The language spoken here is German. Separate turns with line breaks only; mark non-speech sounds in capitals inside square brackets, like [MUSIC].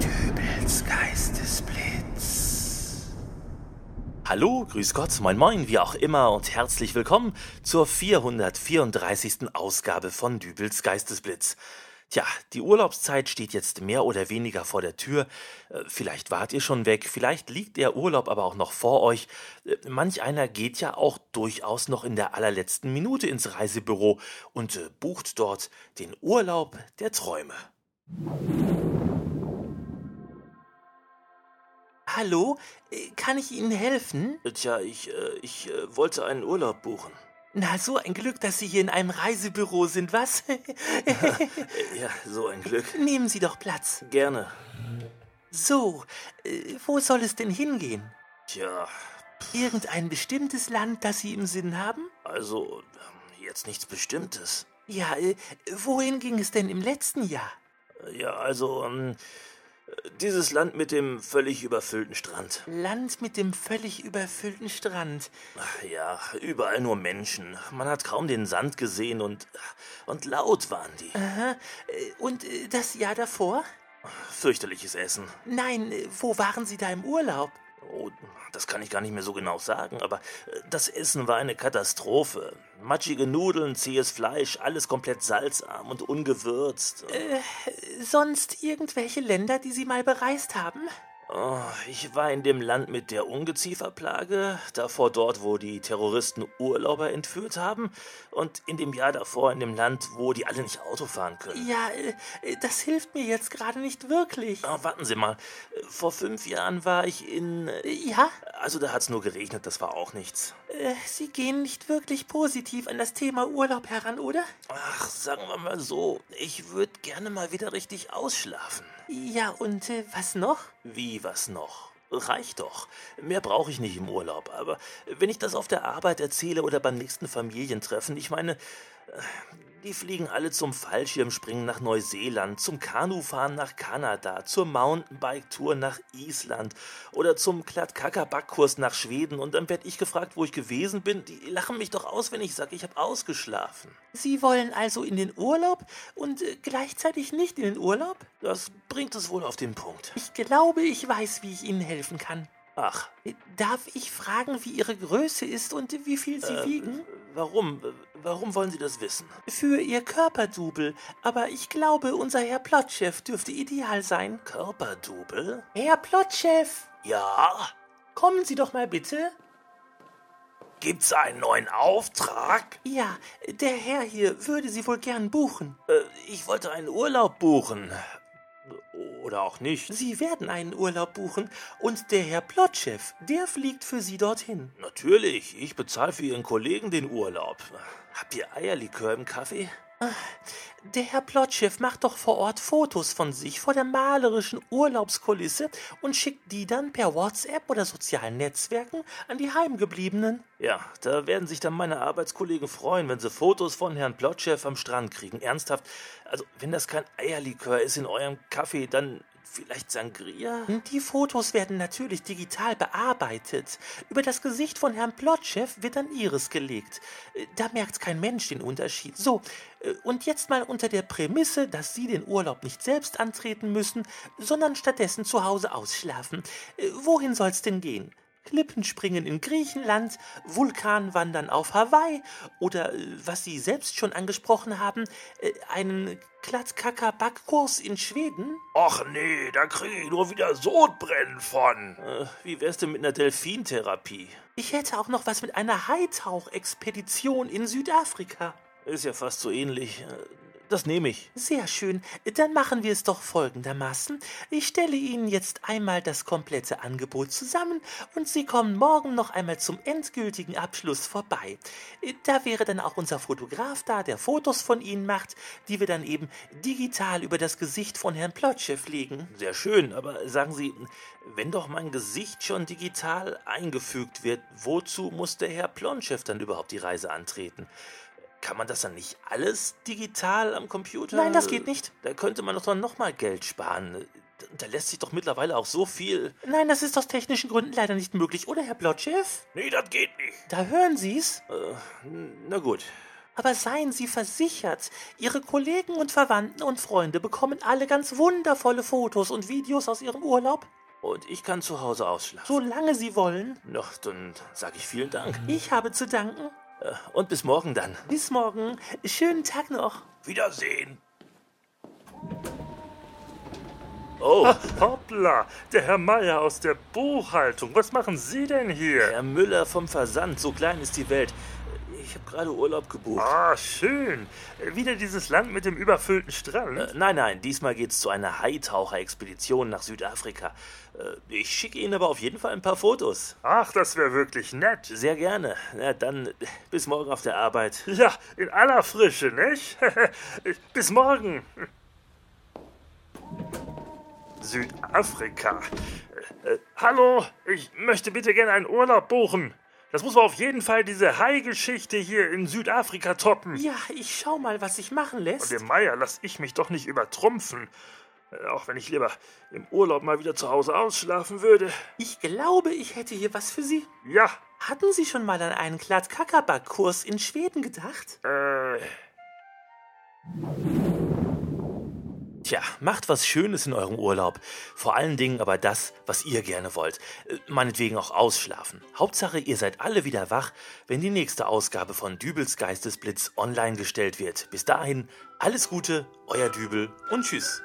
Dübels Geistesblitz. Hallo, grüß Gott, moin moin, wie auch immer und herzlich willkommen zur 434. Ausgabe von Dübels Geistesblitz. Tja, die Urlaubszeit steht jetzt mehr oder weniger vor der Tür. Äh, Vielleicht wart ihr schon weg, vielleicht liegt der Urlaub aber auch noch vor euch. Äh, Manch einer geht ja auch durchaus noch in der allerletzten Minute ins Reisebüro und äh, bucht dort den Urlaub der Träume. Hallo, Äh, kann ich Ihnen helfen?
Tja, ich, äh, ich äh, wollte einen Urlaub buchen.
Na, so ein Glück, dass Sie hier in einem Reisebüro sind, was?
[LAUGHS] Ja, so ein Glück.
Nehmen Sie doch Platz.
Gerne.
So, äh, wo soll es denn hingehen?
Tja,
Irgendein bestimmtes Land, das Sie im Sinn haben?
also ähm, jetzt nichts Bestimmtes.
Ja, äh, wohin ging es denn im letzten Jahr?
Ja, also ähm, dieses Land mit dem völlig überfüllten Strand.
Land mit dem völlig überfüllten Strand.
Ach ja, überall nur Menschen. Man hat kaum den Sand gesehen und äh, und laut waren die.
Aha. Äh, Und äh, das Jahr davor?
Fürchterliches Essen.
Nein, äh, wo waren Sie da im Urlaub?
Oh, das kann ich gar nicht mehr so genau sagen, aber äh, das Essen war eine Katastrophe. Matschige Nudeln, zähes Fleisch, alles komplett salzarm und ungewürzt.
Sonst irgendwelche Länder, die Sie mal bereist haben?
Oh, ich war in dem Land mit der Ungezieferplage, davor dort, wo die Terroristen Urlauber entführt haben und in dem Jahr davor in dem Land, wo die alle nicht Auto fahren können.
Ja, äh, das hilft mir jetzt gerade nicht wirklich.
Ah, warten Sie mal, vor fünf Jahren war ich in... äh,
Ja,
Also da hat's nur geregnet, das war auch nichts.
äh, Sie gehen nicht wirklich positiv an das Thema Urlaub heran, oder?
Ach, sagen wir mal so, ich würde gerne mal wieder richtig ausschlafen.
Ja, und äh, was noch?
Wie, was noch? Reicht doch. Mehr brauche ich nicht im Urlaub. Aber wenn ich das auf der Arbeit erzähle oder beim nächsten Familientreffen, ich meine, äh, die fliegen alle zum Fallschirmspringen nach Neuseeland, zum Kanufahren nach Kanada, zur Mountainbike-Tour nach Island oder zum Klattkackerbackkurs nach Schweden. Und dann werde ich gefragt, wo ich gewesen bin. Die lachen mich doch aus, wenn ich sage, ich habe ausgeschlafen.
Sie wollen also in den Urlaub und äh, gleichzeitig nicht in den Urlaub?
Das bringt es wohl auf den Punkt.
Ich glaube, ich weiß, wie ich Ihnen helfen kann.
Ach,
Äh, Darf ich fragen, wie Ihre Größe ist und äh, wie viel Sie
äh,
wiegen?
warum? Warum wollen Sie das wissen?
Für Ihr Körperdouble. Aber ich glaube, unser Herr Plotchef dürfte ideal sein.
Körperdubel?
Herr Plotchef,
Ja.
kommen Sie doch mal bitte.
Gibt's einen neuen Auftrag?
Ja, der Herr hier würde Sie wohl gern buchen.
Äh, ich wollte einen Urlaub buchen. Oder auch nicht.
Sie werden einen Urlaub buchen und der Herr Plotchef, der fliegt für Sie dorthin.
Natürlich, ich bezahle für Ihren Kollegen den Urlaub. Habt ihr Eierlikör im Kaffee?
Der Herr Plotchef macht doch vor Ort Fotos von sich vor der malerischen Urlaubskulisse und schickt die dann per WhatsApp oder sozialen Netzwerken an die Heimgebliebenen.
Ja, da werden sich dann meine Arbeitskollegen freuen, wenn sie Fotos von Herrn Plotschew am Strand kriegen. Ernsthaft, also wenn das kein Eierlikör ist in eurem Kaffee, dann vielleicht Sangria?
Die Fotos werden natürlich digital bearbeitet. Über das Gesicht von Herrn Plotchef wird dann Iris gelegt. Äh, Da merkt kein Mensch den Unterschied. So, äh, und jetzt mal unter der Prämisse, dass Sie den Urlaub nicht selbst antreten müssen, sondern stattdessen zu Hause ausschlafen. Äh, Wohin soll's denn gehen? Klippenspringen in Griechenland, Vulkanwandern auf Hawaii oder, äh, was Sie selbst schon angesprochen haben, äh, einen Glattkacker-Backkurs in Schweden?
Och nee, da kriege ich nur wieder Sodbrennen von. Äh, wie wär's denn mit einer Delfintherapie?
Ich hätte auch noch was mit einer Haitauchexpedition in Südafrika.
Ist ja fast so ähnlich. Äh, Das nehme ich.
Sehr schön, dann machen wir es doch folgendermaßen. Ich stelle Ihnen jetzt einmal das komplette Angebot zusammen und Sie kommen morgen noch einmal zum endgültigen Abschluss vorbei. Da wäre dann auch unser Fotograf da, der Fotos von Ihnen macht, die wir dann eben digital über das Gesicht von Herrn Plotschew legen.
Sehr schön, aber sagen Sie, wenn doch mein Gesicht schon digital eingefügt wird, wozu muss der Herr Plonchef dann überhaupt die Reise antreten? Kann man das dann nicht alles digital am Computer?
Nein, das geht nicht.
Da könnte man doch dann nochmal Geld sparen. Da, da lässt sich doch mittlerweile auch so viel.
Nein, das ist aus technischen Gründen leider nicht möglich, oder, Herr Blotchev?
Nee, das geht nicht.
Da hören Sie's.
Äh, na gut.
Aber seien Sie versichert, Ihre Kollegen und Verwandten und Freunde bekommen alle ganz wundervolle Fotos und Videos aus Ihrem Urlaub,
Und ich kann zu Hause ausschlafen.
solange Sie wollen.
Na, dann sage ich vielen Dank.
Ich habe zu danken.
Äh, und bis morgen dann.
Bis morgen. Schönen Tag noch.
Wiedersehen. Oh,
Hoppla, der Herr Meier aus der Buchhaltung. Was machen Sie denn hier?
Herr Müller vom Versand. So klein ist die Welt. Ich habe gerade Urlaub gebucht.
Ah, schön. Wieder dieses Land mit dem überfüllten Strand.
Äh, Nein, nein, diesmal geht's zu einer Haitaucher-Expedition nach Südafrika. Äh, Ich schicke Ihnen aber auf jeden Fall ein paar Fotos.
Ach, das wäre wirklich nett.
Sehr gerne. Na, dann äh, bis morgen auf der Arbeit.
Ja, in aller Frische, nicht? [LAUGHS] Bis morgen. Südafrika. Äh, äh, hallo, ich möchte bitte gerne einen Urlaub buchen. Das muss man auf jeden Fall diese Hai-Geschichte hier in Südafrika toppen.
Ja, ich schau mal, was sich machen lässt.
Dem Meier lass ich mich doch nicht übertrumpfen. Äh, Auch wenn ich lieber im Urlaub mal wieder zu Hause ausschlafen würde.
Ich glaube, ich hätte hier was für Sie.
Ja,
Hatten Sie schon mal an einen Glatt-Kakaback-Kurs in Schweden gedacht?
äh,
Tja, macht was Schönes in eurem Urlaub. Vor allen Dingen aber das, was ihr gerne wollt. Äh, Meinetwegen auch ausschlafen. Hauptsache, ihr seid alle wieder wach, wenn die nächste Ausgabe von Dübels Geistesblitz online gestellt wird. Bis dahin, alles Gute, euer Dübel und tschüss.